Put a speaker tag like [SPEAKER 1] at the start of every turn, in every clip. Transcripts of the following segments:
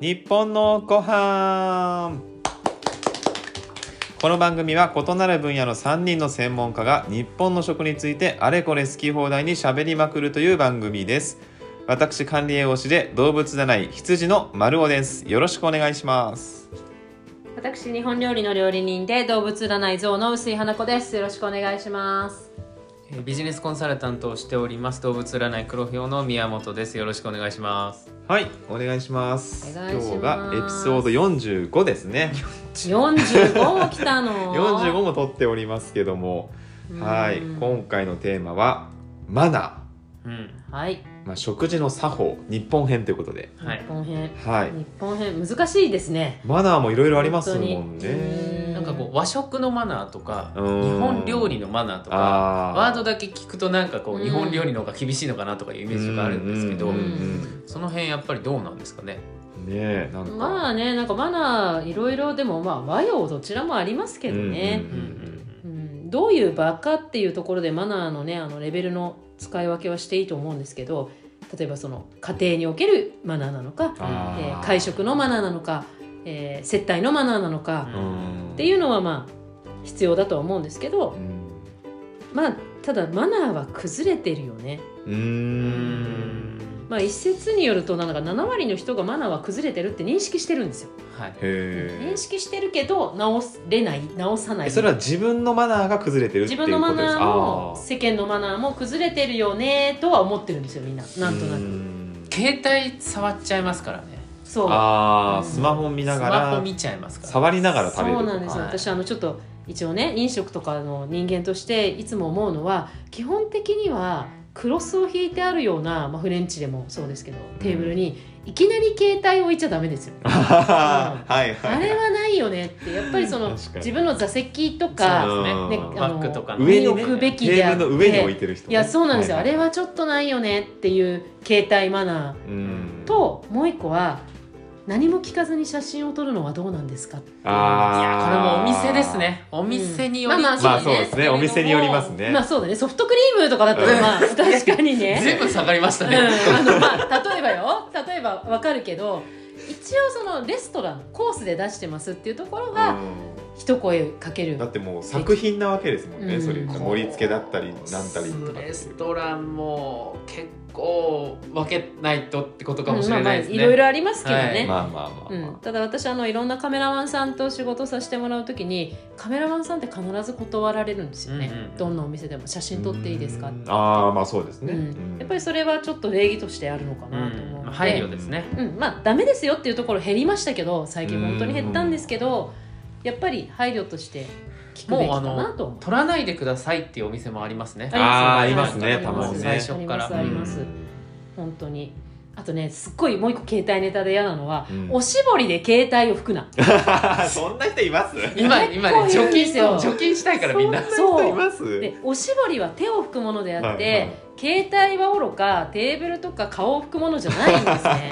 [SPEAKER 1] 日本のごはんこの番組は異なる分野の3人の専門家が日本の食についてあれこれ好き放題にしゃべりまくるという番組です私管理栄養士で動物じゃない羊の丸尾ですよろしくお願いします
[SPEAKER 2] 私日本料理の料理人で動物占い象の薄井花子ですよろしくお願いします
[SPEAKER 3] えービジネスコンサルタントをしております動物占い黒豹の宮本ですよろしくお願いします
[SPEAKER 1] はいお願いします
[SPEAKER 2] お願いします
[SPEAKER 1] 今日がエピソード45ですね
[SPEAKER 2] 45も来たの
[SPEAKER 1] 45も撮っておりますけどもはい
[SPEAKER 2] うん
[SPEAKER 1] 今回のテーマはマナー
[SPEAKER 3] うん
[SPEAKER 2] はい
[SPEAKER 1] まあ、食事の作法日本編ということで、
[SPEAKER 3] は
[SPEAKER 2] 日
[SPEAKER 3] い
[SPEAKER 2] 本編
[SPEAKER 1] はい、
[SPEAKER 2] 日本編難しいですね
[SPEAKER 1] マナーもいろいろありますもん
[SPEAKER 2] 本当に
[SPEAKER 1] ね。
[SPEAKER 3] なんかこう和食のマナーとか日
[SPEAKER 1] うん
[SPEAKER 3] 本料理のマナーとか
[SPEAKER 1] あ
[SPEAKER 3] ワードだけ聞くとなんかこ
[SPEAKER 2] う
[SPEAKER 3] うん日本料理の方が厳しいのかなとかいうイメージがあるんですけ
[SPEAKER 1] う
[SPEAKER 3] ど
[SPEAKER 1] んうん
[SPEAKER 3] その辺やっぱりどうなんですかね
[SPEAKER 1] うんねえなんか、
[SPEAKER 2] まあねなんかマナーいろいろでもまあ和洋どちらもありますけどね
[SPEAKER 1] う
[SPEAKER 3] うんん
[SPEAKER 1] う
[SPEAKER 3] うんん
[SPEAKER 2] うんどういう場かっていうところでマナーのねあのレベルの使い分けはしていいと思うんですけど例えばその家庭におけるマナーなのか、え
[SPEAKER 1] あー
[SPEAKER 2] ー会食のマナーなのか、えー接待のマナーなのか、
[SPEAKER 3] うん
[SPEAKER 1] うん
[SPEAKER 2] っていうのはまあ必要だとは思うんですけど
[SPEAKER 1] うん
[SPEAKER 2] まあただマナーは崩れてるよね、
[SPEAKER 1] うー
[SPEAKER 3] うんん
[SPEAKER 2] まあ、一説によるとなんか7割の人がマナーは崩れてるって認識してるんですよ
[SPEAKER 3] はい
[SPEAKER 1] へ
[SPEAKER 2] 認識してるけど直れない直さな
[SPEAKER 1] え
[SPEAKER 2] い
[SPEAKER 1] それは自分のマナーが崩れてるって
[SPEAKER 2] 自
[SPEAKER 1] いうこ
[SPEAKER 2] 分
[SPEAKER 1] とで
[SPEAKER 2] の
[SPEAKER 1] す
[SPEAKER 2] マナーも
[SPEAKER 1] あ
[SPEAKER 2] 世間のマナーも崩れてるよねとは思ってるんですよみんな
[SPEAKER 1] ー
[SPEAKER 2] なんとな
[SPEAKER 1] う
[SPEAKER 2] く
[SPEAKER 1] ん
[SPEAKER 3] 携帯触っちゃいますからね
[SPEAKER 2] そう
[SPEAKER 1] あー
[SPEAKER 2] うん
[SPEAKER 1] スマホ見
[SPEAKER 3] ス
[SPEAKER 1] なが
[SPEAKER 3] マホ
[SPEAKER 1] ら
[SPEAKER 3] 見ちゃいますから
[SPEAKER 1] 触りながら食べる
[SPEAKER 2] そう
[SPEAKER 1] と
[SPEAKER 2] なんですよ、
[SPEAKER 3] はい
[SPEAKER 2] 私あのちょっと一応ね飲食とかの人間としていつも思うのは基本的にはクロスを引いてあるような、まあ、フレンチでもそうですけどテーブルにいきなり携帯置いちゃダメですよ。
[SPEAKER 1] はいはい
[SPEAKER 2] あれはないよねってやっぱりその
[SPEAKER 1] 確かに
[SPEAKER 2] 自分の座席と
[SPEAKER 3] そ
[SPEAKER 2] か
[SPEAKER 3] うですね
[SPEAKER 1] うん
[SPEAKER 2] ねあの
[SPEAKER 3] バッグとかの
[SPEAKER 1] 上に、
[SPEAKER 2] 置くべ
[SPEAKER 1] ね、
[SPEAKER 2] き
[SPEAKER 1] テ
[SPEAKER 2] で
[SPEAKER 1] ー
[SPEAKER 2] あっ
[SPEAKER 1] ブ
[SPEAKER 2] て
[SPEAKER 1] ルの上に置いてる人ね、
[SPEAKER 2] いやそうなんですよ、
[SPEAKER 1] は
[SPEAKER 2] あ
[SPEAKER 1] い
[SPEAKER 2] れ
[SPEAKER 1] はい
[SPEAKER 2] はちょっとないよねっていう携帯マナ
[SPEAKER 1] うん
[SPEAKER 2] ーともう一個は何も聞かずに写真を撮るのはどうなんですか
[SPEAKER 3] い
[SPEAKER 1] あー
[SPEAKER 3] やこれもお店ですねお店により
[SPEAKER 2] まあま
[SPEAKER 1] まあそうですねお店により ますね、
[SPEAKER 2] まあそうだねソフトクリームとかだったらまあ確かにね
[SPEAKER 3] 全部下がりまし
[SPEAKER 2] う
[SPEAKER 3] た
[SPEAKER 2] ん、
[SPEAKER 3] ね、
[SPEAKER 2] あのまあ例えばよ例えばわかるけど一応そのレストランコースで出してますっていうところが
[SPEAKER 1] う
[SPEAKER 2] 一声かける、
[SPEAKER 1] んだってもう作品なわけですもんね、
[SPEAKER 2] うん
[SPEAKER 1] それ盛り付けだったりなんたりとかってい
[SPEAKER 3] レス
[SPEAKER 1] う
[SPEAKER 3] トランも結構分けないとってことかも
[SPEAKER 2] うん
[SPEAKER 3] し
[SPEAKER 2] まあ
[SPEAKER 3] れ
[SPEAKER 2] まあ
[SPEAKER 3] ないですね、
[SPEAKER 2] いろいろありますけどね、
[SPEAKER 1] まあまあまあ、
[SPEAKER 2] うん、ただ私あのいろんなカメラマンさんと仕事させてもらうときにカメラマンさんって必ず断られるんですよね、
[SPEAKER 3] うんうんうん
[SPEAKER 2] どんなお店でも写真撮っていいですかって、
[SPEAKER 1] ああまあそうですね、
[SPEAKER 2] うん
[SPEAKER 1] うん
[SPEAKER 2] やっぱりそれはちょっと礼儀としてあるのかなと思うので、
[SPEAKER 3] うんまあ配慮ですね、
[SPEAKER 2] うん、まあダメですよっていうところ減りましたけど最近本当に減ったんですけどやっぱり配慮として聞くべきかなと思う
[SPEAKER 3] 取らないでくださいっていうお店もありますね
[SPEAKER 1] あ
[SPEAKER 2] り
[SPEAKER 1] ー
[SPEAKER 2] ます
[SPEAKER 1] ありますねたまにね
[SPEAKER 2] ありす
[SPEAKER 3] 最初から
[SPEAKER 2] ありますあります本当にあとねすっごいもう一個携帯ネタで嫌なのは、
[SPEAKER 1] うん
[SPEAKER 2] おしぼりで携帯を拭くな
[SPEAKER 1] そんな人います
[SPEAKER 3] 今今ね
[SPEAKER 2] 結構いる
[SPEAKER 3] 除
[SPEAKER 2] んで
[SPEAKER 3] 菌
[SPEAKER 2] すよ
[SPEAKER 3] 除菌したいからみんな
[SPEAKER 2] そ
[SPEAKER 1] そんな人います
[SPEAKER 2] でおしぼりは手を拭くものであって、
[SPEAKER 1] はいはい
[SPEAKER 2] 携帯はおろかテーブルとか顔を拭くものじゃないんですね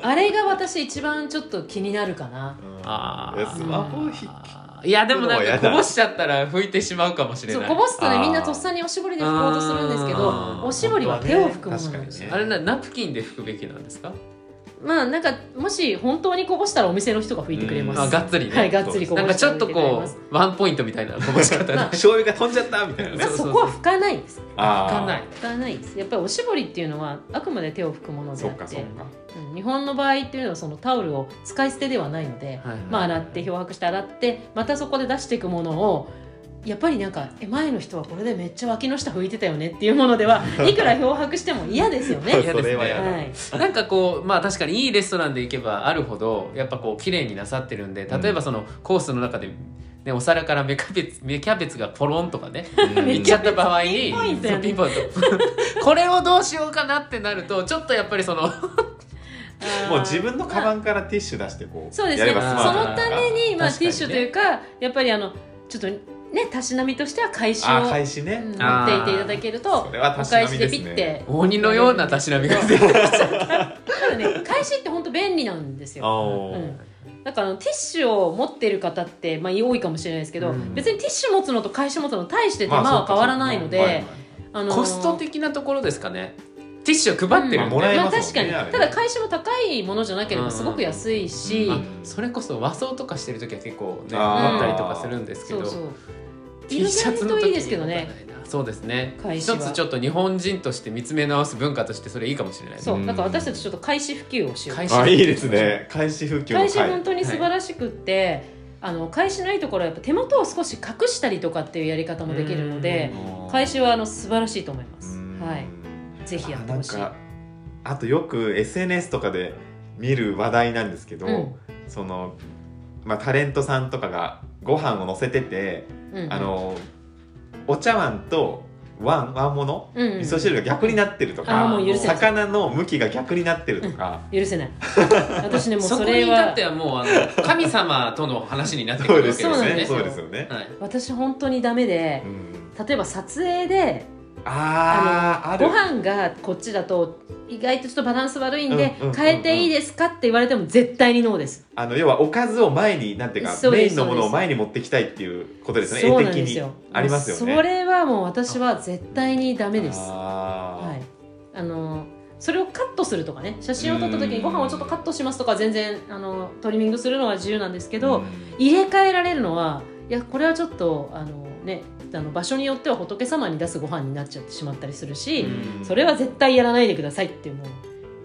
[SPEAKER 2] あれが私一番ちょっと気になるかな
[SPEAKER 3] あ
[SPEAKER 1] いや
[SPEAKER 3] ー
[SPEAKER 1] スマホひ
[SPEAKER 3] いやでもなん
[SPEAKER 1] や
[SPEAKER 3] か
[SPEAKER 1] だ
[SPEAKER 3] こぼしちゃったら拭いてしまうかもしれ
[SPEAKER 2] そう
[SPEAKER 3] ない
[SPEAKER 2] こぼすと
[SPEAKER 1] あ
[SPEAKER 2] ね
[SPEAKER 1] ー
[SPEAKER 2] みんなとっさにおしぼりで拭こうとするんですけ
[SPEAKER 3] あ
[SPEAKER 2] ど
[SPEAKER 3] ー
[SPEAKER 2] おしぼりは手を拭くものなんで
[SPEAKER 1] 本
[SPEAKER 2] す
[SPEAKER 1] 当はね確かにね
[SPEAKER 2] よ
[SPEAKER 3] あれなナプキンで拭くべきなんですか
[SPEAKER 2] まあなんかもし本当にこぼしたらお店の人が拭いてくれま
[SPEAKER 1] う
[SPEAKER 2] す。
[SPEAKER 1] ん
[SPEAKER 3] あがっつりね、
[SPEAKER 2] はいがっつりこぼ
[SPEAKER 3] なん
[SPEAKER 2] し
[SPEAKER 3] かち
[SPEAKER 2] て
[SPEAKER 3] ょ
[SPEAKER 2] 拭いてく
[SPEAKER 3] っと
[SPEAKER 2] れ
[SPEAKER 3] こ
[SPEAKER 2] ます。
[SPEAKER 3] うワンポイントみたいなこぼし方で
[SPEAKER 2] まあ
[SPEAKER 1] 醤油が飛んじゃったみたい
[SPEAKER 2] ま
[SPEAKER 1] な
[SPEAKER 2] あ
[SPEAKER 3] そう
[SPEAKER 2] そこは拭かないです。
[SPEAKER 1] あ
[SPEAKER 3] 拭かない
[SPEAKER 2] 拭かないです。やっぱりおしぼりっていうのはあくまで手を拭くもので
[SPEAKER 1] そ
[SPEAKER 2] あ
[SPEAKER 1] っか
[SPEAKER 2] っ、
[SPEAKER 1] そってか
[SPEAKER 2] うん日本の場合っていうのはそのタオルを使い捨てではないので、
[SPEAKER 3] はいはい
[SPEAKER 2] まあ洗って漂白して洗ってまたそこで出していくものを。やっぱりなんかえ前の人はこれでめっちゃ脇の下拭いてたよねっていうものではいくら漂白しても嫌ですよね。
[SPEAKER 1] それはやだ、
[SPEAKER 2] はい、
[SPEAKER 3] なんかこうまあ確かにいいレストランで行けばあるほどやっぱこう綺麗になさってるんで例えばそのコースの中で、ね、お皿から芽キャベツ芽キャベツがポロンとかね
[SPEAKER 1] うん
[SPEAKER 3] いっちゃった場合に
[SPEAKER 2] ポイントやね
[SPEAKER 3] そうピンポイント これをどうしようかなってなるとちょっとやっぱりその
[SPEAKER 1] もう自分のカバンからティッシュ出してこう
[SPEAKER 2] そうです
[SPEAKER 1] や
[SPEAKER 2] ね。
[SPEAKER 1] れ
[SPEAKER 2] そ
[SPEAKER 1] ば
[SPEAKER 3] スマ
[SPEAKER 1] 済
[SPEAKER 3] ー
[SPEAKER 1] ま
[SPEAKER 3] ト
[SPEAKER 1] ない
[SPEAKER 2] のために、まあ、
[SPEAKER 3] 確
[SPEAKER 2] テ
[SPEAKER 3] かにね
[SPEAKER 2] ィッシュというか、やっぱり、あの、ちょっと、ね、たしなみとしては、返しを。
[SPEAKER 1] あ返し
[SPEAKER 2] う
[SPEAKER 1] ね
[SPEAKER 2] ん、持
[SPEAKER 3] あ
[SPEAKER 2] っ
[SPEAKER 3] ー
[SPEAKER 2] ていていただけると
[SPEAKER 1] そ、れは
[SPEAKER 2] お
[SPEAKER 1] たしな
[SPEAKER 2] 返し
[SPEAKER 1] み
[SPEAKER 2] で
[SPEAKER 1] で
[SPEAKER 2] ピ
[SPEAKER 1] す
[SPEAKER 2] ッ
[SPEAKER 1] ね
[SPEAKER 2] て。
[SPEAKER 3] 鬼のようなたしなみが出て
[SPEAKER 2] ただね、返しって本当便利なんですよ。
[SPEAKER 1] おー
[SPEAKER 2] うんだからあのティッシュを持ってる方って、まあ、多いかもしれないですけど、
[SPEAKER 3] うん
[SPEAKER 2] 別にティッシュ持つのと返し持つの大して手
[SPEAKER 1] まあ
[SPEAKER 2] 間
[SPEAKER 1] そっ
[SPEAKER 2] は
[SPEAKER 1] か
[SPEAKER 2] 変わらないので、
[SPEAKER 1] はいはい
[SPEAKER 2] あのー
[SPEAKER 3] コスト的なところですかねティッシュを配ってるんで、
[SPEAKER 1] もらえ
[SPEAKER 2] ま
[SPEAKER 1] ま
[SPEAKER 2] あ
[SPEAKER 1] す
[SPEAKER 2] 確
[SPEAKER 1] もんね
[SPEAKER 2] かに
[SPEAKER 1] あれね
[SPEAKER 2] ただ会社も高いものじゃなければすごく安いし、
[SPEAKER 3] あそれこそ和装とかしてる時は結構ね
[SPEAKER 1] あ
[SPEAKER 2] ー
[SPEAKER 3] あったりとかするんですけ
[SPEAKER 2] そ
[SPEAKER 3] ど
[SPEAKER 2] うそう
[SPEAKER 3] T シャツの
[SPEAKER 2] 意外と
[SPEAKER 3] 時
[SPEAKER 2] いいですけどね
[SPEAKER 3] とかないなそうですね
[SPEAKER 2] 返しは
[SPEAKER 3] 一つちょっと日本人として見つめ直す文化としてそれいいかもしれないね
[SPEAKER 2] そううんだから私たちちょっと開始普及をしよう
[SPEAKER 3] 返し
[SPEAKER 1] あいいですね開始復旧の
[SPEAKER 2] 返し
[SPEAKER 1] 回
[SPEAKER 2] 本当に素晴らしくって、あの返しのいいところはやっぱ手元を少し隠したりとかっていうやり方もできるので返しはあの素晴らしいと思います
[SPEAKER 1] うん
[SPEAKER 2] はいぜひやって
[SPEAKER 1] あな
[SPEAKER 2] ほ
[SPEAKER 1] ん
[SPEAKER 2] しい
[SPEAKER 1] かあとよく SNS とかで見る話題なんですけど、
[SPEAKER 2] うん
[SPEAKER 1] その、まあ、タレントさんとかがご飯を載せてて、
[SPEAKER 2] うん
[SPEAKER 1] あのお茶碗と碗碗物
[SPEAKER 2] うんうん
[SPEAKER 1] 味噌汁が逆になってると
[SPEAKER 2] あ
[SPEAKER 1] か、
[SPEAKER 2] ーもう許せない
[SPEAKER 1] 魚の向きが逆になってるとか、
[SPEAKER 2] 許せない私ねもう
[SPEAKER 3] そ
[SPEAKER 2] そ
[SPEAKER 3] こに
[SPEAKER 2] れ
[SPEAKER 3] 至っ
[SPEAKER 2] は
[SPEAKER 3] てはもうあの神様との話になってく
[SPEAKER 1] そう
[SPEAKER 3] る
[SPEAKER 1] で
[SPEAKER 3] わけ
[SPEAKER 1] す
[SPEAKER 3] ですよ
[SPEAKER 1] よ
[SPEAKER 3] ね
[SPEAKER 1] ね。
[SPEAKER 2] そ
[SPEAKER 1] そうう
[SPEAKER 2] で
[SPEAKER 1] ですす
[SPEAKER 2] よ
[SPEAKER 1] よね。
[SPEAKER 3] はい
[SPEAKER 2] 私本当にダメで
[SPEAKER 1] う、ん
[SPEAKER 2] 例えば撮影で
[SPEAKER 1] あーある
[SPEAKER 2] ご飯がこっちだと意外とちょっとバランス悪いんで、
[SPEAKER 1] うんうんうんうん
[SPEAKER 2] 変えていいですかって言われても絶対にノーです
[SPEAKER 1] あの要はおかずを前になんていうか
[SPEAKER 2] そう
[SPEAKER 1] メ
[SPEAKER 2] で
[SPEAKER 1] イ
[SPEAKER 2] す
[SPEAKER 1] ンのものを前に持ってきたいっていうことですね絵的にありますよね
[SPEAKER 2] それはもう私は絶対にダメです
[SPEAKER 1] あー
[SPEAKER 2] はい、あのそれをカットするとかね写真を撮った時
[SPEAKER 1] う
[SPEAKER 2] に
[SPEAKER 1] ん
[SPEAKER 2] ご飯をちょっとカットしますとか全然あのトリミングするのは自由なんですけど、
[SPEAKER 1] うん
[SPEAKER 2] 入れ替えられるのはいやこれはちょっとあの、ね、あの場所によっては仏様に出すご飯になっちゃってしまったりするし、
[SPEAKER 1] うん
[SPEAKER 2] それは絶対やらないでくださいっていうもう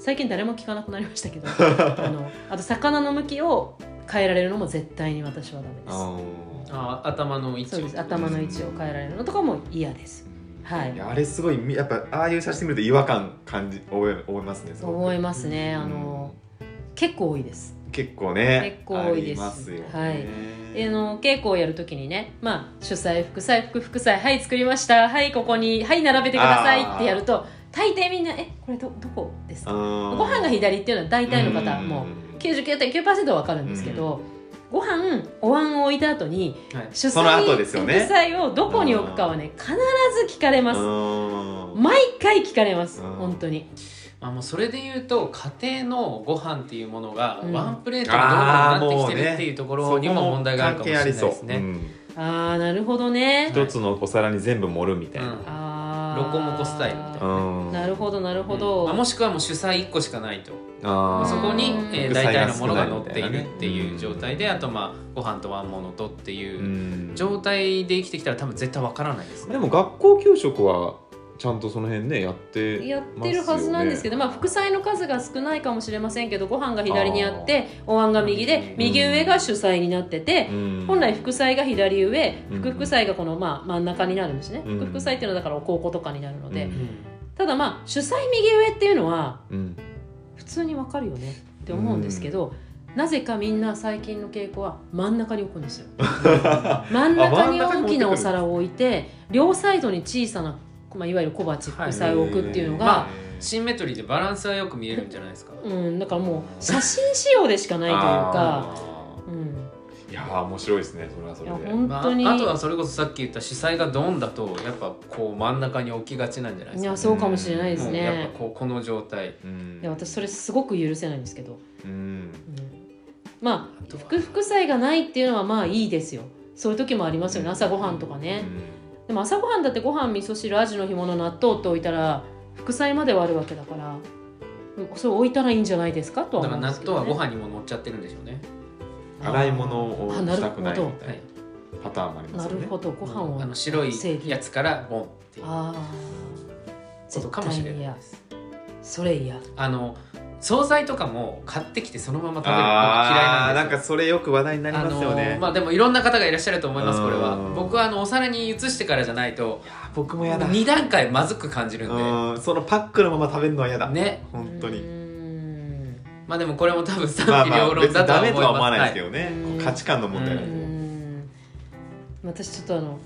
[SPEAKER 2] 最近誰も聞かなくなりまし たけどあのあと魚の向きを変えられるのも絶対に私はダメで
[SPEAKER 1] あー
[SPEAKER 2] す。
[SPEAKER 3] あ頭の位置
[SPEAKER 2] そうです頭の位置を変えられるのとかも嫌です。はい
[SPEAKER 1] いやあれすごいみやっぱああいう写真見ると違和感感じ覚え覚えますねすごく
[SPEAKER 2] 思いますね。あの、結構多いです。
[SPEAKER 1] 結構ね
[SPEAKER 2] 結構多いです
[SPEAKER 1] ありますよね
[SPEAKER 2] はいであの稽古をやるときにね、まあ、主菜副菜副副菜はい作りましたはいここにはい並べてくださいってやると大抵みんな「えこれどどこですか?」
[SPEAKER 1] ご
[SPEAKER 2] ご飯が左っていうのは大体の方もう
[SPEAKER 1] 結
[SPEAKER 2] 99.9%わかるんですけど、ご飯お椀を置いた後に
[SPEAKER 3] はい
[SPEAKER 2] 主
[SPEAKER 1] その
[SPEAKER 2] 菜
[SPEAKER 1] 後ですよね
[SPEAKER 2] 副菜をどこに置くかはね必ず聞かれます
[SPEAKER 1] 構
[SPEAKER 2] 毎回聞かれます
[SPEAKER 1] うん
[SPEAKER 2] 本当に
[SPEAKER 3] まあ、もうそれで言うと家庭のご飯っていうものが
[SPEAKER 2] うん
[SPEAKER 3] ワンプレートにどんどんなってきてるっていうところにも問題があるかもしれないですね。
[SPEAKER 2] ああなるほどね
[SPEAKER 1] 一つのお皿に全部盛るみたいな
[SPEAKER 2] あー
[SPEAKER 3] ロコモコスタイルみたいな
[SPEAKER 1] うん
[SPEAKER 2] なるほどなるほ
[SPEAKER 3] うん
[SPEAKER 2] ど、
[SPEAKER 3] まあ、もしくはもう主菜1個しかないと
[SPEAKER 1] あー
[SPEAKER 3] そこに、えー
[SPEAKER 1] 具
[SPEAKER 3] 大
[SPEAKER 1] 材
[SPEAKER 3] 体
[SPEAKER 1] が
[SPEAKER 3] の
[SPEAKER 1] 少
[SPEAKER 3] もの
[SPEAKER 1] な
[SPEAKER 3] が
[SPEAKER 1] い
[SPEAKER 3] 乗
[SPEAKER 1] み
[SPEAKER 3] って
[SPEAKER 1] たい
[SPEAKER 3] い
[SPEAKER 1] なね
[SPEAKER 3] るっていう状態であとまあご飯とワンものとって
[SPEAKER 1] う
[SPEAKER 3] いうん状態で生きてきたら多分絶対わからないですね。
[SPEAKER 1] でも学校給食はちゃんとその辺ねやってますよね
[SPEAKER 2] やってるはずなんですけど、まあ、副菜の数が少ないかもしれませんけどご飯が左にあってお椀が右で
[SPEAKER 3] うん
[SPEAKER 2] 右上が主菜になってて、
[SPEAKER 1] うん
[SPEAKER 2] 本来副菜が左上
[SPEAKER 1] うん
[SPEAKER 2] 副副菜がこの、まあ、真ん中になるんですね、
[SPEAKER 1] うん
[SPEAKER 2] 副副菜っていうのはだからお香庫とかになるので、
[SPEAKER 1] うん
[SPEAKER 2] ただまあ主菜右上っていうのは
[SPEAKER 1] うん
[SPEAKER 2] 普通にわかるよねって思うんですけど、なぜかみんな最近の傾向は真ん中に置くんですよ真ん中に
[SPEAKER 1] あ真ん中に持って
[SPEAKER 2] 大
[SPEAKER 1] くる
[SPEAKER 2] きなお皿を置いて両サイドに小さな、まあ、いわゆる小鉢副菜を置くっていうのが、
[SPEAKER 3] まあシンメトリーでバランスはよく見えるんじゃないですか。
[SPEAKER 2] うん、だからもう写真仕様でしかないというか、
[SPEAKER 1] あ
[SPEAKER 2] うん、
[SPEAKER 1] ーいやー面白いですねそれはそれで
[SPEAKER 2] いや本
[SPEAKER 3] まあ、
[SPEAKER 2] 当に
[SPEAKER 3] あとはそれこそさっき言った主菜がドンだとやっぱこう真ん中に置きがちなんじゃない
[SPEAKER 2] い
[SPEAKER 3] ですか、
[SPEAKER 2] やそうかもしれないです
[SPEAKER 3] もうやっ
[SPEAKER 2] ね
[SPEAKER 3] ぱ。こうこの状態
[SPEAKER 1] うん
[SPEAKER 2] いや私それすごく許せないんですけど、
[SPEAKER 1] うん
[SPEAKER 2] うん、ま
[SPEAKER 3] あと
[SPEAKER 2] あ
[SPEAKER 3] は
[SPEAKER 2] 副副菜がないっていうのはまあいいですよ。そういう時もありますよね朝ごはんとかね、でも朝ごはんだってご飯味噌汁アジの干物納豆って置いたら副菜まではあるわけだからうんそれ置いたらいいんじゃないですかとは
[SPEAKER 3] だか
[SPEAKER 2] 思
[SPEAKER 3] ら
[SPEAKER 2] うんです
[SPEAKER 3] 納
[SPEAKER 2] けど、
[SPEAKER 3] 豆は
[SPEAKER 2] ね、
[SPEAKER 3] ご飯にも乗っちゃってるんでしょうね、
[SPEAKER 1] うん洗い物を
[SPEAKER 2] あな
[SPEAKER 1] し
[SPEAKER 2] る
[SPEAKER 1] た
[SPEAKER 2] ほ
[SPEAKER 1] くないみ
[SPEAKER 2] ど
[SPEAKER 1] たい
[SPEAKER 3] はい、
[SPEAKER 1] なパターンもありま
[SPEAKER 2] な
[SPEAKER 1] すよ
[SPEAKER 2] る
[SPEAKER 1] ね
[SPEAKER 2] ほどご飯を
[SPEAKER 3] あの白い
[SPEAKER 2] 整理
[SPEAKER 3] やつからボンっていうこ
[SPEAKER 2] ああ
[SPEAKER 3] と
[SPEAKER 2] 絶
[SPEAKER 3] かもしれ
[SPEAKER 2] 対
[SPEAKER 3] ない
[SPEAKER 2] 嫌
[SPEAKER 3] です
[SPEAKER 2] それ嫌
[SPEAKER 3] あの惣菜とかも買ってきてそのまま食べるのが
[SPEAKER 1] あ
[SPEAKER 3] 嫌い
[SPEAKER 1] ー
[SPEAKER 3] な
[SPEAKER 1] なんんか
[SPEAKER 3] ですよ
[SPEAKER 1] それよく話題になり
[SPEAKER 3] あ
[SPEAKER 1] ま
[SPEAKER 3] の
[SPEAKER 1] すよね、
[SPEAKER 3] まあでもいろんな方がいらっしゃると思いますこれは
[SPEAKER 1] うん
[SPEAKER 3] 僕はあのお皿に移してからじゃないと
[SPEAKER 1] いやー僕もやだ
[SPEAKER 3] 2段階まずく感じるんで
[SPEAKER 1] うんそのパックのまま食べるのは嫌だ
[SPEAKER 3] ね
[SPEAKER 1] 本当
[SPEAKER 2] う
[SPEAKER 1] に
[SPEAKER 2] ん
[SPEAKER 3] まあでもこれも多分
[SPEAKER 1] ま
[SPEAKER 3] 賛
[SPEAKER 1] あ
[SPEAKER 3] 否
[SPEAKER 1] まあ
[SPEAKER 3] 両論
[SPEAKER 1] 別
[SPEAKER 3] だ
[SPEAKER 1] に
[SPEAKER 3] とは
[SPEAKER 1] ダ
[SPEAKER 3] 思い
[SPEAKER 1] メ
[SPEAKER 3] ます、
[SPEAKER 1] とは思わないですけどね、
[SPEAKER 2] はい
[SPEAKER 1] こう価値観の問題なん
[SPEAKER 2] う
[SPEAKER 1] で、
[SPEAKER 2] ん私ちょっとあの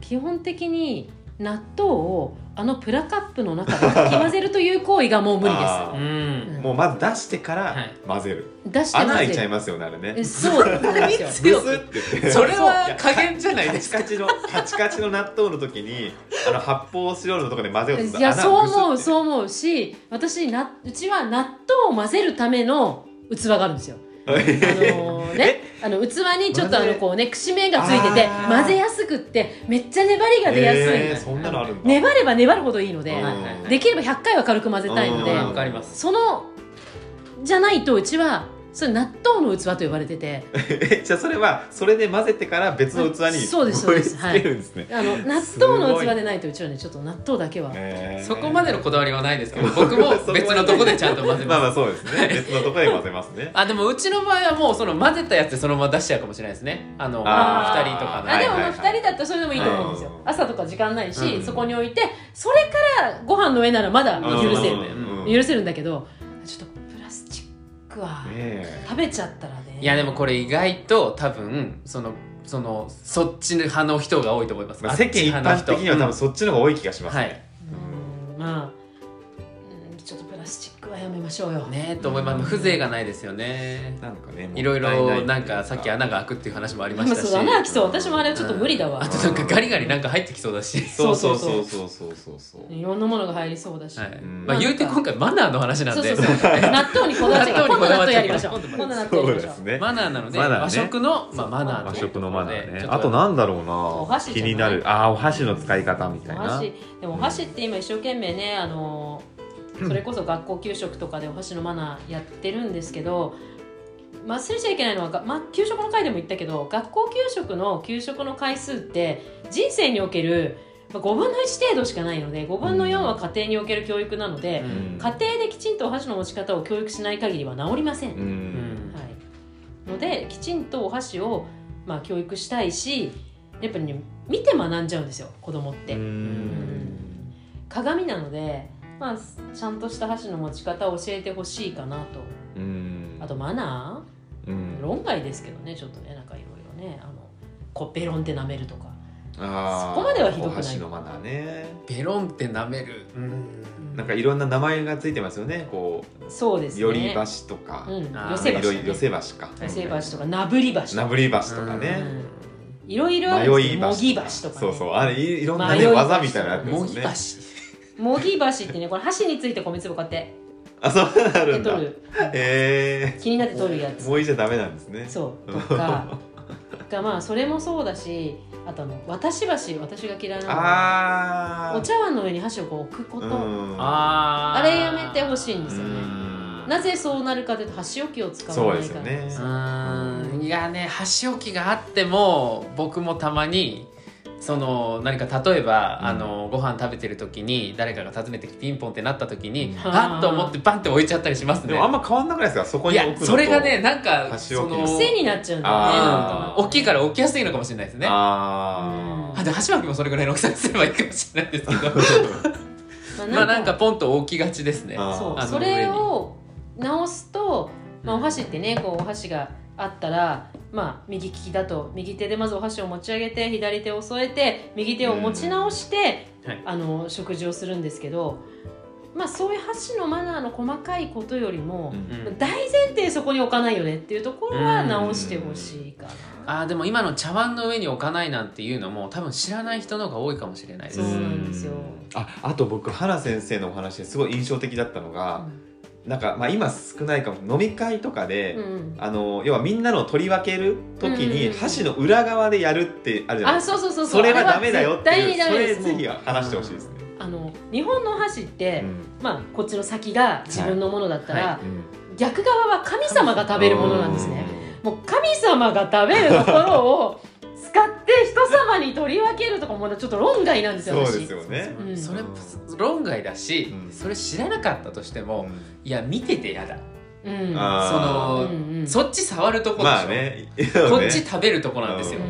[SPEAKER 2] 基本的に納豆をあのプラカップの中でかき混ぜるという行為がもう無理で
[SPEAKER 1] あ
[SPEAKER 2] す
[SPEAKER 1] ー
[SPEAKER 3] うん
[SPEAKER 1] もうまず出してか
[SPEAKER 3] は
[SPEAKER 1] ら
[SPEAKER 3] い
[SPEAKER 1] 混ぜる、
[SPEAKER 2] 出して
[SPEAKER 1] 穴
[SPEAKER 2] ま
[SPEAKER 1] 開いちゃい
[SPEAKER 2] す
[SPEAKER 1] ますよねあれね
[SPEAKER 2] えそ うなんですよ
[SPEAKER 1] ブスって言って
[SPEAKER 3] それ
[SPEAKER 1] い
[SPEAKER 3] は
[SPEAKER 1] や
[SPEAKER 3] 加減じゃない
[SPEAKER 1] カ
[SPEAKER 3] で
[SPEAKER 1] チ
[SPEAKER 3] すか。
[SPEAKER 1] カチのカチカチの納豆の時にあの発泡スチロールのとこで混ぜようと
[SPEAKER 2] いやそう思う
[SPEAKER 1] う
[SPEAKER 2] そう思うし私 なうちは納豆を混ぜるための器があるんですよ、あのーねあの器にちょっとあのこうね串目がついてて
[SPEAKER 1] あー
[SPEAKER 2] 混ぜやすくってめっちゃ粘りが出やすい、
[SPEAKER 1] えーそんなのあるんだ、
[SPEAKER 2] 粘れば粘るほどいいので、
[SPEAKER 1] うん
[SPEAKER 3] はい
[SPEAKER 2] できれば100回は軽く混ぜたいので、
[SPEAKER 1] うん
[SPEAKER 3] わかります
[SPEAKER 2] そのじゃないとうちはそれ納豆の器と呼ばれてて
[SPEAKER 1] えじゃあそれはそれで混ぜてから別の器に
[SPEAKER 2] そうですそうです
[SPEAKER 1] 盛り付けるん ですね、
[SPEAKER 2] あの納豆の器でないとうちはねちょっと納豆だけは、
[SPEAKER 1] えー
[SPEAKER 3] そこまでのこだわりはないですけど僕も別のとこでちゃんと混 ぜ
[SPEAKER 1] まあ
[SPEAKER 3] ます
[SPEAKER 1] まあそうですね別のとこで混ぜます ね
[SPEAKER 3] あでもうちの場合はもうその混ぜたやつでそのまま出しちゃうかもしれないですねあの
[SPEAKER 1] あ
[SPEAKER 2] ー
[SPEAKER 3] 二人とかの
[SPEAKER 2] あでも
[SPEAKER 1] はい
[SPEAKER 2] ま
[SPEAKER 1] はい
[SPEAKER 2] あ2人だったらそれでもいいと思うんですよ、
[SPEAKER 1] うん
[SPEAKER 2] 朝とか時間ないし、
[SPEAKER 1] うん
[SPEAKER 2] そこに置いてそれからご飯の上ならまだ許せる、
[SPEAKER 3] ねうん
[SPEAKER 2] 許せるんだけどちょっとプラスチックは
[SPEAKER 1] ね
[SPEAKER 2] 食べちゃったらね
[SPEAKER 3] いやでもこれ意外と多分そのそのそっち派の人が多いと思います、
[SPEAKER 1] まあ、世間一般的には多分そっちの方が多い気がします
[SPEAKER 3] は
[SPEAKER 1] ね
[SPEAKER 3] い、
[SPEAKER 2] うんまあうんちょっとプラスチックはやめましょうよ
[SPEAKER 3] ねえと思います風情がないですよね
[SPEAKER 1] なんかねもった
[SPEAKER 3] いろいろなんか
[SPEAKER 1] い
[SPEAKER 3] さっき穴が開くっていう話もあり
[SPEAKER 2] で
[SPEAKER 3] ま
[SPEAKER 2] も
[SPEAKER 3] したし
[SPEAKER 2] そう穴開きそう私もあれちょっと無理だわ、
[SPEAKER 3] あとなんかガリガリなんか入ってきそうだし、
[SPEAKER 1] そうそうそうそうそうそうそう
[SPEAKER 2] いろんなものが入りそうだし、
[SPEAKER 3] はい
[SPEAKER 1] ん
[SPEAKER 3] まあ、言うて今回マナーの話なん
[SPEAKER 2] そう
[SPEAKER 3] で
[SPEAKER 2] そうそう納豆にこだわっちゃう今度納豆やりましょう
[SPEAKER 3] 今度
[SPEAKER 2] 今度納豆
[SPEAKER 1] そ
[SPEAKER 2] や
[SPEAKER 1] う
[SPEAKER 2] り
[SPEAKER 1] で
[SPEAKER 2] まし
[SPEAKER 1] す
[SPEAKER 2] ょう
[SPEAKER 1] ね
[SPEAKER 3] マナーなので、
[SPEAKER 1] マナーね
[SPEAKER 3] 和食の、まあ、マナー
[SPEAKER 1] 和
[SPEAKER 3] という
[SPEAKER 1] 食
[SPEAKER 3] とこ
[SPEAKER 1] の
[SPEAKER 3] ろ
[SPEAKER 1] マナ
[SPEAKER 3] で
[SPEAKER 1] ーね
[SPEAKER 3] ちょっと
[SPEAKER 1] あとなんだろうなお
[SPEAKER 2] 箸じ
[SPEAKER 1] 気
[SPEAKER 2] ゃない
[SPEAKER 1] になるあーお箸の使い方みたい
[SPEAKER 2] お
[SPEAKER 1] な
[SPEAKER 2] 箸でもお箸って今一生懸命ねあのーそれこそ学校給食とかでお箸のマナーやってるんですけど忘れちゃいけないのは、がまあ、給食の回でも言ったけど学校給食の給食の回数って人生におけるまあ5分の1程度しかないので5分の4は家庭における教育なので、
[SPEAKER 3] う
[SPEAKER 2] 家
[SPEAKER 3] ん
[SPEAKER 2] 庭できちんとお箸の持ち方を教育しない限りは治りません、
[SPEAKER 1] う
[SPEAKER 3] うんん
[SPEAKER 2] はい、のできちんとお箸を、まあ、教育したいしやっぱり、ね、見て学んじゃうんですよ子供って、
[SPEAKER 1] うん
[SPEAKER 2] 鏡なので、まあ、ちゃんとした箸の持ち方を教えてほしいかなと
[SPEAKER 1] うん
[SPEAKER 2] あとマナ
[SPEAKER 1] うん
[SPEAKER 2] ー論外ですけどねちょっとねなんかいろいろねあのこうベロンって舐めるとか、
[SPEAKER 1] あー
[SPEAKER 2] そこまではひどくない
[SPEAKER 1] お箸のマナーね
[SPEAKER 3] ペロンって舐める、うん
[SPEAKER 2] うん
[SPEAKER 1] なんかいろんな名前がついてますよねこ
[SPEAKER 2] そうで
[SPEAKER 1] う
[SPEAKER 2] すね
[SPEAKER 1] より箸とか
[SPEAKER 2] うん、
[SPEAKER 3] あー
[SPEAKER 2] 寄せ
[SPEAKER 1] い
[SPEAKER 2] 箸、
[SPEAKER 1] ろ
[SPEAKER 2] ね
[SPEAKER 1] い、ろ寄せ箸か
[SPEAKER 2] 寄せ箸とかなぶり箸
[SPEAKER 1] な
[SPEAKER 2] とか
[SPEAKER 1] ぶり箸とかね
[SPEAKER 2] いろいろあるんです
[SPEAKER 1] 迷
[SPEAKER 2] よ
[SPEAKER 1] い
[SPEAKER 2] もぎ
[SPEAKER 1] 箸
[SPEAKER 2] 箸とか、ね、
[SPEAKER 1] そうそうあれ いいろんな
[SPEAKER 2] 迷い
[SPEAKER 1] ね
[SPEAKER 2] 箸
[SPEAKER 1] 技みたいなのやってま
[SPEAKER 3] も
[SPEAKER 1] す
[SPEAKER 3] ぎ
[SPEAKER 1] よね
[SPEAKER 3] 箸
[SPEAKER 2] もぎ箸ってねこれ箸について米粒買って
[SPEAKER 1] あそうなるんだ
[SPEAKER 2] 取る
[SPEAKER 1] え
[SPEAKER 2] 気になって取るや
[SPEAKER 1] え
[SPEAKER 2] つ
[SPEAKER 1] もういいじゃダメなんですね
[SPEAKER 2] そうと かがまあそれもそうだしあとあの渡し箸私が嫌いなのは
[SPEAKER 1] あー
[SPEAKER 2] お茶碗の上に箸をこう置くこと、
[SPEAKER 1] うん
[SPEAKER 3] あー
[SPEAKER 2] あれやめてほしいんですよね
[SPEAKER 1] うん
[SPEAKER 2] なぜそうなるかというと箸置きを使
[SPEAKER 1] そう
[SPEAKER 2] わな
[SPEAKER 1] で
[SPEAKER 2] い
[SPEAKER 1] す
[SPEAKER 2] か
[SPEAKER 1] よ
[SPEAKER 2] ら
[SPEAKER 1] ね
[SPEAKER 3] うんいやね箸置きがあっても僕もたまにその何か例えば、
[SPEAKER 1] うん
[SPEAKER 3] あのご飯食べてる時に誰かが訪ねてきてピンポンってなった時に、
[SPEAKER 1] うん
[SPEAKER 3] あっと思ってバンって置いちゃったりします
[SPEAKER 1] で
[SPEAKER 3] ね
[SPEAKER 1] もあんま変わんなくないですかそこ
[SPEAKER 3] い
[SPEAKER 1] に置く
[SPEAKER 3] や
[SPEAKER 1] のと
[SPEAKER 3] それがねなんか
[SPEAKER 1] 箸
[SPEAKER 3] そ
[SPEAKER 1] 置き
[SPEAKER 3] の
[SPEAKER 1] の
[SPEAKER 2] 癖になっちゃうんだよね
[SPEAKER 1] あー
[SPEAKER 3] 大きいから置きやすいのかもしれないですねあ
[SPEAKER 1] あ
[SPEAKER 2] うん
[SPEAKER 3] で箸巻きもそれぐらいの大きさにすればいいかもしれな いですけど
[SPEAKER 2] まあ
[SPEAKER 3] まあなんかポンと置きがちですね
[SPEAKER 1] あ
[SPEAKER 2] そ
[SPEAKER 1] あ
[SPEAKER 2] う
[SPEAKER 1] の
[SPEAKER 2] それを直すと、まあ、お箸ってねこうお箸があったら、まあ、右利きだと右手でまずお箸を持ち上げて左手を添えて右手を持ち直して、
[SPEAKER 3] うんはい
[SPEAKER 2] あの食事をするんですけど、まあ、そういう箸のマナーの細かいことよりも
[SPEAKER 1] う、ん
[SPEAKER 3] うん
[SPEAKER 2] 大前提そこに置かないよねっていうところは直してほしいかな。
[SPEAKER 3] あーでも今の茶碗の上に置かないなんていうのも多分知らない人の方が多いかもしれないです
[SPEAKER 2] そうなんですよ
[SPEAKER 1] ああと僕原先生のお話ですごい印象的だったのが、なんか、まあ、今少ないかも飲み会とかで、
[SPEAKER 2] うん
[SPEAKER 1] あの要はみんなの取り分ける時
[SPEAKER 2] う
[SPEAKER 1] に
[SPEAKER 2] ん
[SPEAKER 1] 箸の裏側でやるってあるじゃない
[SPEAKER 2] あ
[SPEAKER 1] ですか、
[SPEAKER 2] そうそうそう
[SPEAKER 1] それはダメだよって
[SPEAKER 2] あれ
[SPEAKER 1] い
[SPEAKER 2] は
[SPEAKER 1] う
[SPEAKER 2] 絶対にダメです
[SPEAKER 1] それぜひ
[SPEAKER 2] もう
[SPEAKER 1] 話してほしいですね、
[SPEAKER 2] あの日本のお箸って、
[SPEAKER 1] うん
[SPEAKER 2] まあ、こっちの先が自分のものだったら、
[SPEAKER 3] は
[SPEAKER 2] 逆側は神様が食べるものなんですね。もう神様が食べるところを使って人様に取り分けるとかもちょっと論外なんですよ
[SPEAKER 1] そう
[SPEAKER 2] 私
[SPEAKER 1] ですよね
[SPEAKER 2] うん
[SPEAKER 3] それ論外だし、
[SPEAKER 1] うん
[SPEAKER 3] それ知らなかったとしても、
[SPEAKER 1] うん
[SPEAKER 3] いや見ててやだ、
[SPEAKER 2] うん
[SPEAKER 1] あ
[SPEAKER 3] ー
[SPEAKER 2] うんうん
[SPEAKER 3] そっち触るとこでしょ、
[SPEAKER 1] まあね
[SPEAKER 3] こっち
[SPEAKER 1] ね
[SPEAKER 3] 食べるとこなんですよ、
[SPEAKER 1] う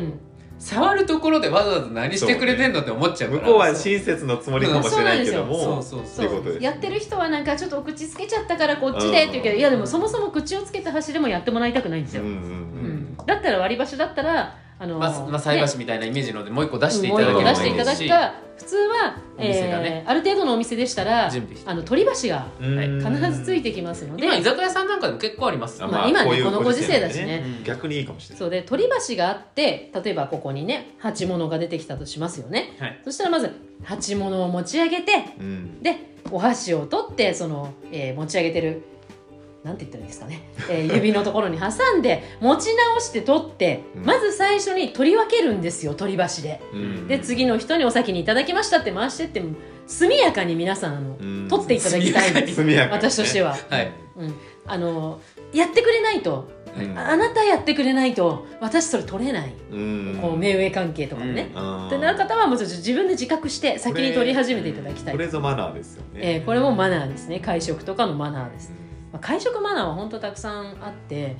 [SPEAKER 3] 触るところでわざわざ何してくれてんのって思っちゃうか
[SPEAKER 1] 向
[SPEAKER 3] ら
[SPEAKER 1] こうは親切のつもりかもしれないけど
[SPEAKER 2] う
[SPEAKER 1] も、
[SPEAKER 3] そうそう
[SPEAKER 2] そ
[SPEAKER 3] そうん
[SPEAKER 1] ってことです
[SPEAKER 2] う
[SPEAKER 1] ね
[SPEAKER 2] やってる人はなんかちょっとお口つけちゃったからこっちでって言うけど
[SPEAKER 1] うん
[SPEAKER 2] いやでもそもそも口をつけた箸でもやってもらいたくないんです
[SPEAKER 1] うん
[SPEAKER 2] よ、
[SPEAKER 1] う
[SPEAKER 2] うん
[SPEAKER 1] うん
[SPEAKER 2] んだったら割り箸だったらあの
[SPEAKER 3] まあ、まあ、菜箸みたいなイメージのでもう一個出していただけ
[SPEAKER 2] もう一個
[SPEAKER 3] ば
[SPEAKER 2] 出していただ
[SPEAKER 3] い
[SPEAKER 2] く
[SPEAKER 3] い
[SPEAKER 2] か
[SPEAKER 3] し
[SPEAKER 2] 普通は、
[SPEAKER 3] お店がね
[SPEAKER 2] えーある程度のお店でしたら
[SPEAKER 3] 準備して
[SPEAKER 2] あの取り箸が
[SPEAKER 1] うん
[SPEAKER 3] はい
[SPEAKER 2] 必ずついてきますので、
[SPEAKER 3] 今居酒屋さんなんかでも結構あります
[SPEAKER 1] あ
[SPEAKER 2] まあ今ね
[SPEAKER 1] ういう
[SPEAKER 2] このご時世だしね
[SPEAKER 1] ご時
[SPEAKER 3] うん
[SPEAKER 1] 逆にいいかもしれない
[SPEAKER 2] そうで取り箸があって例えばここにね鉢物が出てきたとしますよね
[SPEAKER 3] はい
[SPEAKER 2] そしたらまず鉢物を持ち上げて
[SPEAKER 1] うん
[SPEAKER 2] でお箸を取ってその、えー持ち上げてるなんて言ったらいいですかね、え ー指のところに挟んで持ち直して取って、
[SPEAKER 1] うん
[SPEAKER 2] まず最初に取り分けるんですよ取り箸で。
[SPEAKER 1] うん
[SPEAKER 2] で次の人にお先にいただきましたって回してっても速やかに皆さんあの、
[SPEAKER 1] うん
[SPEAKER 2] 取っていただきたいんです
[SPEAKER 1] 速やかにね
[SPEAKER 2] 私としては。
[SPEAKER 3] はい
[SPEAKER 2] うん、あのやってくれないと
[SPEAKER 1] うん
[SPEAKER 2] ああなたやってくれないと私それ取れない、
[SPEAKER 1] うん
[SPEAKER 2] こう目上関係とかでね、
[SPEAKER 1] うん
[SPEAKER 2] ってなる方はもうちょっと自分で自覚して先に取り始めていただきたい
[SPEAKER 1] これぞマナーですよね、
[SPEAKER 2] えーこれもマナーですね会食とかのマナーです、
[SPEAKER 1] う
[SPEAKER 2] まあ、会食マナーは本当たくさんあって、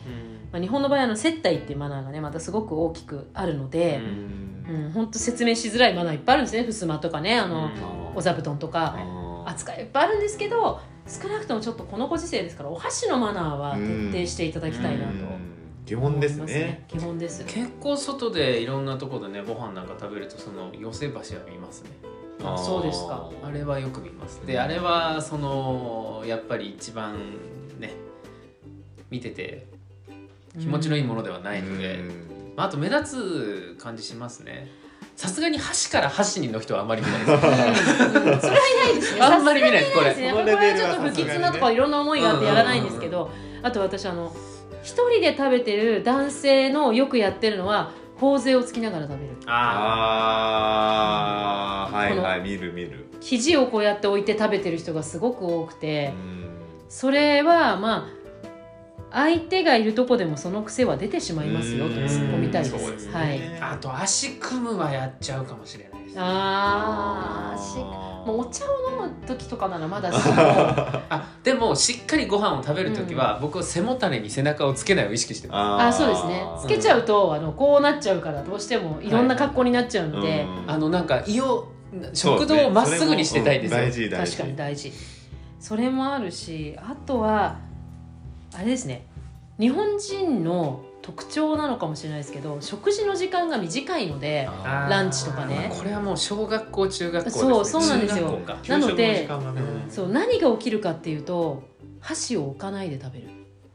[SPEAKER 2] まあ、日本の場合あの接待っていうマナーがねまたすごく大きくあるので、
[SPEAKER 1] ん
[SPEAKER 2] うん本当説明しづらいマナーいっぱいあるんですね襖とかねあの、
[SPEAKER 1] うん
[SPEAKER 2] お座布団とか、
[SPEAKER 1] あー
[SPEAKER 2] 扱いいっぱいあるんですけど少なくともちょっとこのご時世ですからお箸のマナーは徹底していただきたいなと
[SPEAKER 1] う
[SPEAKER 2] 思いますね、
[SPEAKER 1] ん基本ですね
[SPEAKER 2] 基本です
[SPEAKER 3] 結構外でいろんなとこでねご飯なんか食べるとその寄せ橋は見ますね
[SPEAKER 2] あそうですか
[SPEAKER 3] あれはよく見ます
[SPEAKER 1] う
[SPEAKER 3] で
[SPEAKER 1] ん
[SPEAKER 3] あれはそのやっぱり一番ね見てて気持ちのいいものではないので、
[SPEAKER 1] うん
[SPEAKER 3] まあ、あと目立つ感じしますねさすがに箸から箸にの人はあんまり見ない です
[SPEAKER 2] うんうんそれはいないですね
[SPEAKER 3] あんまり見ないですこ
[SPEAKER 2] で
[SPEAKER 3] れ
[SPEAKER 2] すね
[SPEAKER 1] こ
[SPEAKER 2] こ
[SPEAKER 1] の
[SPEAKER 2] れ
[SPEAKER 1] レベル
[SPEAKER 2] はちょっ
[SPEAKER 1] は
[SPEAKER 2] と
[SPEAKER 1] さすがにね
[SPEAKER 2] 不吉なとかいろんな思いがあってやらないんですけど、あと私あの一人で食べてる男性のよくやってるのは頬杖をつきながら食べる
[SPEAKER 3] あ
[SPEAKER 1] あーはいはい
[SPEAKER 2] こ
[SPEAKER 1] 見る見る、
[SPEAKER 2] 肘をこうやって置いて食べてる人がすごく多く
[SPEAKER 1] う
[SPEAKER 2] て
[SPEAKER 1] ん
[SPEAKER 2] それはまあ相手がいるとこでもその癖は出てしまいますよと
[SPEAKER 1] うん
[SPEAKER 2] 突っ込みたいです
[SPEAKER 1] そうですね
[SPEAKER 2] はい
[SPEAKER 3] ああと足組むはやっちゃうかもしれないですあ
[SPEAKER 2] あーしもうお茶を飲む時とかならまだしも
[SPEAKER 3] でもしっかりご飯を食べる時は、僕は背もたれに背中をつけないを意識してます
[SPEAKER 1] あ
[SPEAKER 2] あそうですねつけちゃうとあのこうなっちゃうからどうしてもいろんな格好になっちゃうので、
[SPEAKER 3] あのなんか胃を
[SPEAKER 1] そう
[SPEAKER 3] 食
[SPEAKER 1] ですね
[SPEAKER 3] 堂をまっすぐにしてたいです
[SPEAKER 1] そ
[SPEAKER 3] よ、
[SPEAKER 1] れもうん大事大事
[SPEAKER 2] 確かに大事それもあるしあとはあれですね日本人の特徴なのかもしれないですけど食事の時間が短いので
[SPEAKER 1] あ
[SPEAKER 3] あー
[SPEAKER 2] ランチとかね
[SPEAKER 3] これはもう小学校中学校です、ね、
[SPEAKER 2] そうそうなんですよ
[SPEAKER 3] 中学校か
[SPEAKER 1] ー
[SPEAKER 2] なので
[SPEAKER 1] 給食の時間がね
[SPEAKER 3] うん
[SPEAKER 2] そう何が起きるかっていうと箸を置かないで食べる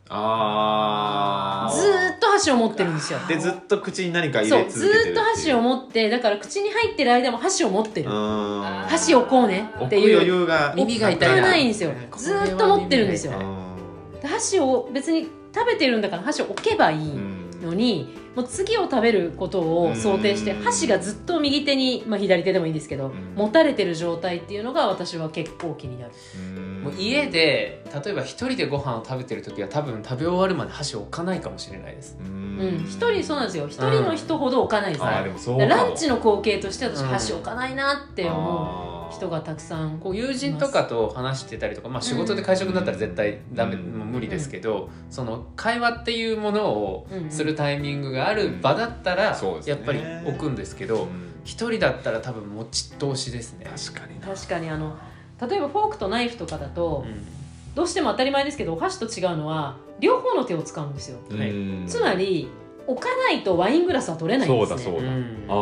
[SPEAKER 1] あー
[SPEAKER 2] ずーっと箸を持ってるんですよ
[SPEAKER 1] でずっと口に何か入
[SPEAKER 2] そ
[SPEAKER 1] れ
[SPEAKER 2] う
[SPEAKER 1] 続
[SPEAKER 2] ず
[SPEAKER 1] けてる
[SPEAKER 2] ーっと箸を持ってだから口に入ってる間も箸を持ってる
[SPEAKER 1] 箸
[SPEAKER 2] 箸置こうね
[SPEAKER 1] 置
[SPEAKER 2] っ
[SPEAKER 1] く
[SPEAKER 2] て
[SPEAKER 1] 余
[SPEAKER 2] いう
[SPEAKER 1] 裕が
[SPEAKER 3] 耳が痛い
[SPEAKER 2] 置
[SPEAKER 3] な
[SPEAKER 2] かないんですよ
[SPEAKER 3] こ
[SPEAKER 2] ず
[SPEAKER 3] れは
[SPEAKER 2] ーっと持ってるんですよ
[SPEAKER 3] 耳が痛い
[SPEAKER 1] うん
[SPEAKER 2] で箸を別に食べてるんだから箸を置けばいい、のにもう次を食べることを想定して
[SPEAKER 1] うん
[SPEAKER 2] 箸がずっと右手に、まあ、左手でもいいんですけど、
[SPEAKER 1] ん
[SPEAKER 2] 持たれてる状態っていうのが私は結構気になる
[SPEAKER 1] うん
[SPEAKER 3] もう家で例えば一人でご飯を食べてる時は多分食べ終わるまで箸を置かないかもしれないです
[SPEAKER 1] うん
[SPEAKER 2] うん一、人そうなんですよ一人の人ほど置かないです、
[SPEAKER 1] あー
[SPEAKER 2] ね
[SPEAKER 1] でもそう
[SPEAKER 2] だ
[SPEAKER 1] か
[SPEAKER 2] から
[SPEAKER 1] も
[SPEAKER 2] ランチの光景として私
[SPEAKER 3] うん
[SPEAKER 2] 箸置かないなって思
[SPEAKER 1] あ
[SPEAKER 2] う
[SPEAKER 1] ー
[SPEAKER 2] 人がたくさん
[SPEAKER 3] こう友人とかと話してたりとか、まあ、仕事で会食になったら絶対ダメ、
[SPEAKER 1] うん
[SPEAKER 3] もう無理ですけど、その会話っていうものを
[SPEAKER 2] うん
[SPEAKER 3] するタイミングがある場だったら、
[SPEAKER 1] うんそうですね
[SPEAKER 3] やっぱり置くんですけ
[SPEAKER 1] う
[SPEAKER 3] ど
[SPEAKER 1] ん
[SPEAKER 3] 一人だったら多分持ち通しですね。
[SPEAKER 1] 確かにな
[SPEAKER 2] 確かにあの例えばフォークとナイフとかだと、
[SPEAKER 3] うん
[SPEAKER 2] どうしても当たり前ですけどお箸と違うのは両方の手を使うんですよ、
[SPEAKER 1] うん
[SPEAKER 3] はい
[SPEAKER 2] つまり置かないとワイングラスは取れない
[SPEAKER 1] そ
[SPEAKER 2] んで
[SPEAKER 1] う
[SPEAKER 2] す
[SPEAKER 1] だ
[SPEAKER 2] ね
[SPEAKER 1] そうだ
[SPEAKER 3] うん
[SPEAKER 1] あ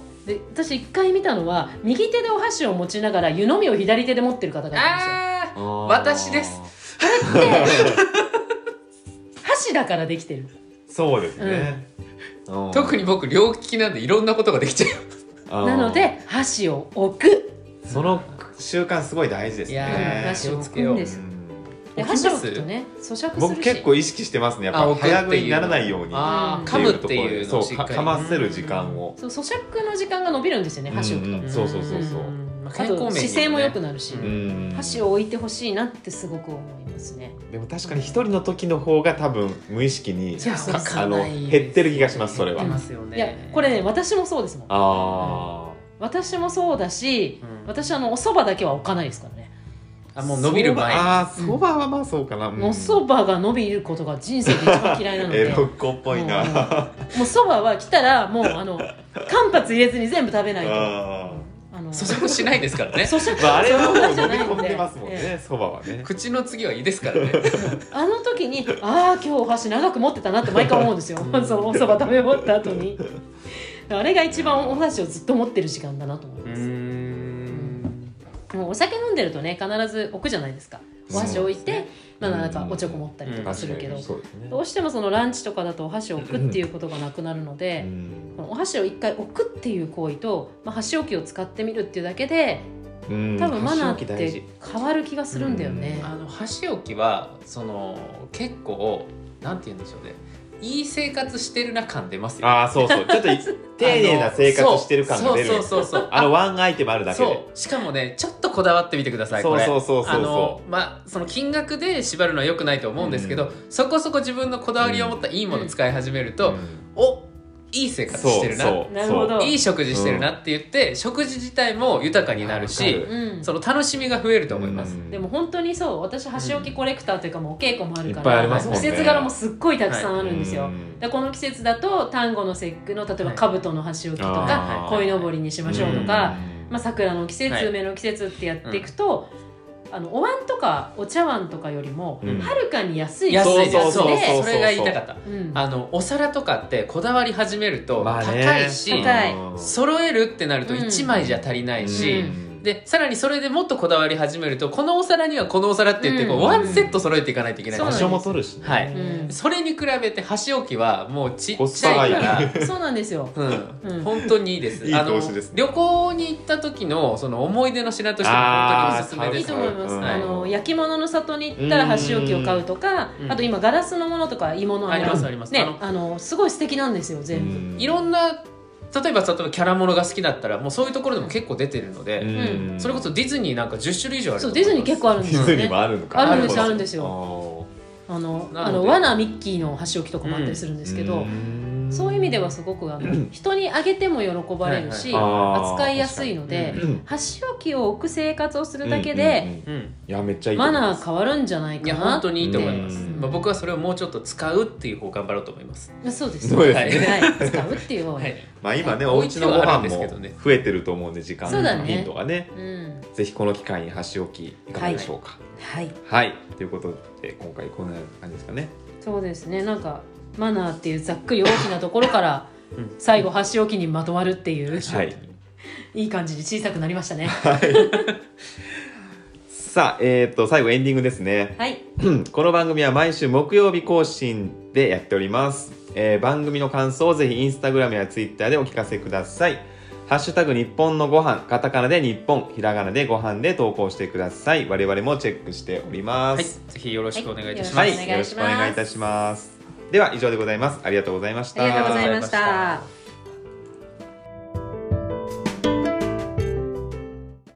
[SPEAKER 1] ー
[SPEAKER 2] で私一回見たのは右手でお箸を持ちながら湯飲みを左手で持ってる方がいたんですよ
[SPEAKER 3] あ
[SPEAKER 1] あー
[SPEAKER 3] 私です
[SPEAKER 2] 箸だからできてる
[SPEAKER 1] そうですね
[SPEAKER 3] ー特
[SPEAKER 1] に
[SPEAKER 3] に僕両利きなんでいろんなことができちゃう
[SPEAKER 1] な
[SPEAKER 2] なので箸を置く
[SPEAKER 1] その習慣すごい大事です
[SPEAKER 3] いや
[SPEAKER 1] ね
[SPEAKER 3] ー
[SPEAKER 2] 箸を置く
[SPEAKER 3] 気を
[SPEAKER 2] ん
[SPEAKER 3] つけ
[SPEAKER 2] で
[SPEAKER 1] う
[SPEAKER 2] す
[SPEAKER 1] ん
[SPEAKER 2] で
[SPEAKER 3] 置きます
[SPEAKER 2] 箸を置くとね咀嚼するし
[SPEAKER 1] 僕結構意識してますねやっ
[SPEAKER 3] あ
[SPEAKER 1] ぱ
[SPEAKER 3] 置くっていう
[SPEAKER 1] 早食いにならないように
[SPEAKER 3] あ
[SPEAKER 2] ー
[SPEAKER 1] て
[SPEAKER 3] 噛
[SPEAKER 1] い
[SPEAKER 3] む
[SPEAKER 1] うと
[SPEAKER 3] っ
[SPEAKER 1] こ
[SPEAKER 3] て
[SPEAKER 1] ろ
[SPEAKER 3] い
[SPEAKER 1] で
[SPEAKER 3] う
[SPEAKER 1] そ
[SPEAKER 3] のを
[SPEAKER 1] う
[SPEAKER 3] しっか
[SPEAKER 1] か
[SPEAKER 3] り
[SPEAKER 1] かませる時間を
[SPEAKER 2] そう咀嚼の時間が伸びるんですよね箸を置くと、
[SPEAKER 1] うんそうそうそうそう
[SPEAKER 3] まあ
[SPEAKER 2] あ
[SPEAKER 3] 健康面にも
[SPEAKER 2] と
[SPEAKER 3] ね
[SPEAKER 2] 姿勢も良くなるし、
[SPEAKER 3] う
[SPEAKER 1] うん
[SPEAKER 2] 箸を置いてほしいなってすごく思いますね
[SPEAKER 1] でも確かに一人の時の方が多分無意識に
[SPEAKER 2] そうそう
[SPEAKER 1] かあの減ってる気がしますそれは
[SPEAKER 3] 減ってますよね
[SPEAKER 2] いやこれね私もそうですもん
[SPEAKER 1] あ
[SPEAKER 2] 私もそうだし、
[SPEAKER 3] うん
[SPEAKER 2] 私あのお蕎麦だけは置かないですからね
[SPEAKER 3] あもう伸びる前
[SPEAKER 1] ああそばはまあそうかな、うん
[SPEAKER 2] お蕎麦が伸びることが人生で一番嫌いな ので
[SPEAKER 1] エロっ子っぽい
[SPEAKER 2] うん
[SPEAKER 1] な
[SPEAKER 2] もうそばは来たらもうあの間髪入れずに全部食べないと
[SPEAKER 1] あ
[SPEAKER 2] あの
[SPEAKER 3] 咀嚼しないですからね
[SPEAKER 2] 咀嚼
[SPEAKER 1] まああれはもう
[SPEAKER 2] そんなじゃ
[SPEAKER 1] 飲
[SPEAKER 2] な
[SPEAKER 1] み
[SPEAKER 2] いんで
[SPEAKER 1] 込んでますもん
[SPEAKER 2] え
[SPEAKER 1] ねそばはね
[SPEAKER 3] 口の次は胃ですからね
[SPEAKER 2] えあの時にああ今日お箸長く持ってたなって毎回思うん ですよそのおそば食べ終わった後にあれが一番お箸をずっと持ってる時間だなと思います、
[SPEAKER 3] ん
[SPEAKER 2] もうお酒飲んでるとね必ず置くじゃないですかお箸置いて、まあなんかおちょこ持ったりと
[SPEAKER 3] うん
[SPEAKER 2] かするけど、
[SPEAKER 1] そうですね
[SPEAKER 2] どうしてもそのランチとかだとお箸を置くっていうことがなくなるので、
[SPEAKER 1] うん
[SPEAKER 2] このお箸を一回置くっていう行為と、まあ、箸置きを使ってみるっていうだけで
[SPEAKER 1] うん
[SPEAKER 2] 多分マナーっ
[SPEAKER 1] 箸置き大事
[SPEAKER 2] て変わる気がするんだよね。
[SPEAKER 3] あの箸置きはその結構なんて言うんでしょうねいい生活してるな感出ますよ
[SPEAKER 1] ああそう そうちょっとい丁寧な生活してる感が出る
[SPEAKER 3] そうそうそうそ う
[SPEAKER 1] あのワンアイテムあるだけで
[SPEAKER 3] そうしかもねちょっとこだわってみてくださいこ
[SPEAKER 1] そう
[SPEAKER 3] れ
[SPEAKER 1] そうそうそう
[SPEAKER 3] あの
[SPEAKER 1] そ
[SPEAKER 3] まあその金額で縛るのは良くないと思うんですけど、そこそこ自分のこだわりを持ったいいものを使い始める
[SPEAKER 1] う
[SPEAKER 3] と、おいい生活してるな
[SPEAKER 1] そうそう
[SPEAKER 2] なるほど
[SPEAKER 3] いい食事してるなって言って、食事自体も豊かになる
[SPEAKER 1] わ
[SPEAKER 3] し
[SPEAKER 1] か
[SPEAKER 2] うん
[SPEAKER 3] その楽しみが増えると思います、
[SPEAKER 1] うん
[SPEAKER 2] でも本当にそう私箸置きコレクターというかもうお稽古もある
[SPEAKER 1] い
[SPEAKER 2] か
[SPEAKER 1] っぱい
[SPEAKER 2] ら、
[SPEAKER 1] あり
[SPEAKER 3] ますもんね
[SPEAKER 2] 季節柄もすっごいたくさんあるんですよ、
[SPEAKER 1] う
[SPEAKER 2] でこの季節だと端午の節句の例えば
[SPEAKER 3] はい
[SPEAKER 2] 兜の箸置きとか
[SPEAKER 1] あー
[SPEAKER 2] 鯉のぼりにしましょうとか、まあ、桜の季節、
[SPEAKER 3] はい
[SPEAKER 2] 梅の季節ってやっていくと、あのお椀とかお茶碗とかよりも
[SPEAKER 1] うん
[SPEAKER 2] はるかに安い
[SPEAKER 3] 安いです
[SPEAKER 2] で
[SPEAKER 1] そう
[SPEAKER 2] す
[SPEAKER 1] そうそう
[SPEAKER 2] ね
[SPEAKER 3] それが言いたかった
[SPEAKER 2] うん
[SPEAKER 3] あのお皿とかってこだわり始めると
[SPEAKER 1] まあね
[SPEAKER 3] 高いし、
[SPEAKER 2] 高い
[SPEAKER 1] うん
[SPEAKER 3] 揃えるってなると
[SPEAKER 2] うん
[SPEAKER 3] 1枚じゃ足りないし、
[SPEAKER 1] うん
[SPEAKER 3] でさらにそれでもっとこだわり始めるとこのお皿にはこのお皿って言ってこう、
[SPEAKER 2] うん
[SPEAKER 3] ワンセット揃えていかないといけない
[SPEAKER 2] そう
[SPEAKER 1] 場
[SPEAKER 2] なん
[SPEAKER 1] 所も取るしね
[SPEAKER 3] はい
[SPEAKER 2] うん
[SPEAKER 3] それに比べて箸置きはもうちっ
[SPEAKER 1] コス
[SPEAKER 3] ち
[SPEAKER 1] パが
[SPEAKER 3] ゃ
[SPEAKER 1] い
[SPEAKER 3] い
[SPEAKER 1] い
[SPEAKER 3] から。
[SPEAKER 2] そうなんですよ
[SPEAKER 3] うん
[SPEAKER 2] うん
[SPEAKER 3] 本当にいいです。
[SPEAKER 1] いい
[SPEAKER 3] あの
[SPEAKER 1] 投資ですね
[SPEAKER 3] 旅行に行った時のその思い出の品としても本当におすすめ
[SPEAKER 1] あー
[SPEAKER 3] で
[SPEAKER 2] いい
[SPEAKER 3] す
[SPEAKER 2] と。思います、
[SPEAKER 1] うん
[SPEAKER 2] あの焼き物の里に行ったら箸置きを買うとか、
[SPEAKER 3] うん
[SPEAKER 2] あと今ガラスのものとか鋳物
[SPEAKER 3] あります
[SPEAKER 2] の
[SPEAKER 3] あります
[SPEAKER 2] ね
[SPEAKER 3] あ
[SPEAKER 2] あ
[SPEAKER 3] の
[SPEAKER 2] のすごい素敵なんですよ全部、
[SPEAKER 1] うん
[SPEAKER 3] いろんな例えば例えばキャラものが好きだったらもうそういうところでも結構出てるので、
[SPEAKER 1] うん
[SPEAKER 3] それこそディズニーなんか10種類以上あると
[SPEAKER 2] そう
[SPEAKER 3] 思い
[SPEAKER 2] ディ
[SPEAKER 3] ます
[SPEAKER 2] ズニー結構あるん
[SPEAKER 1] デ
[SPEAKER 2] です
[SPEAKER 1] ィ
[SPEAKER 2] よ
[SPEAKER 1] ズニー
[SPEAKER 2] ね
[SPEAKER 1] もあるのか
[SPEAKER 2] あるんですよあるん
[SPEAKER 1] で
[SPEAKER 2] ですよ
[SPEAKER 1] よ
[SPEAKER 2] あの
[SPEAKER 3] なので
[SPEAKER 2] あのワナミッキーの箸置きとかもあったりするんですけど、そういう意味ではすごくあの人にあげても喜ばれるし、
[SPEAKER 3] はい
[SPEAKER 1] はい
[SPEAKER 2] 扱いやすいので、
[SPEAKER 3] 確
[SPEAKER 1] かにうん
[SPEAKER 2] 箸置きを置く生活をするだけで、
[SPEAKER 1] うんうんうんい
[SPEAKER 3] うん
[SPEAKER 1] やめっちゃいいと
[SPEAKER 2] マ
[SPEAKER 1] 思いま
[SPEAKER 2] ナ
[SPEAKER 1] す
[SPEAKER 2] ー変わるんじゃない
[SPEAKER 3] い
[SPEAKER 2] か
[SPEAKER 3] や
[SPEAKER 2] な
[SPEAKER 3] 本当にいいと思います、
[SPEAKER 1] うん
[SPEAKER 3] まあ、僕はそれをもうちょっと使うっていう方を頑張ろうと思います、
[SPEAKER 2] そうです
[SPEAKER 1] そうです
[SPEAKER 3] ね
[SPEAKER 2] はい、使うっていう方が、
[SPEAKER 3] はい、
[SPEAKER 1] まあ今ね
[SPEAKER 3] はい
[SPEAKER 1] お家のご飯も
[SPEAKER 3] お家はあるんですけどね
[SPEAKER 1] 増えてると思うんで時間
[SPEAKER 2] そうだね
[SPEAKER 1] 頻度がね
[SPEAKER 2] うん
[SPEAKER 1] ぜひこの機会に箸置きいかがでしょうか
[SPEAKER 2] はい
[SPEAKER 1] はい、ということで今回こんな感じですかね
[SPEAKER 2] そうですねなんかマナーっていうざっくり大きなところから
[SPEAKER 3] うん
[SPEAKER 2] 最後箸置きにまとわるっていう、
[SPEAKER 1] はい
[SPEAKER 2] いい感じに小さくなり ましたね
[SPEAKER 1] さあえっ、と最後エンディングですね
[SPEAKER 2] はい
[SPEAKER 1] この番組は毎週木曜日更新でやっております、えー番組の感想をぜひインスタグラムやツイッターでお聞かせくださいハッシュタグ日本のご飯カタカナで日本ひらがなでご飯で投稿してください我々もチェックしておりま
[SPEAKER 3] はい、
[SPEAKER 1] す
[SPEAKER 3] ぜひよろしくお願いいたします、
[SPEAKER 1] はい、
[SPEAKER 2] お願いします
[SPEAKER 1] よろしくお願いいたしますでは以上でございますありがとうございました
[SPEAKER 2] ありがとうございました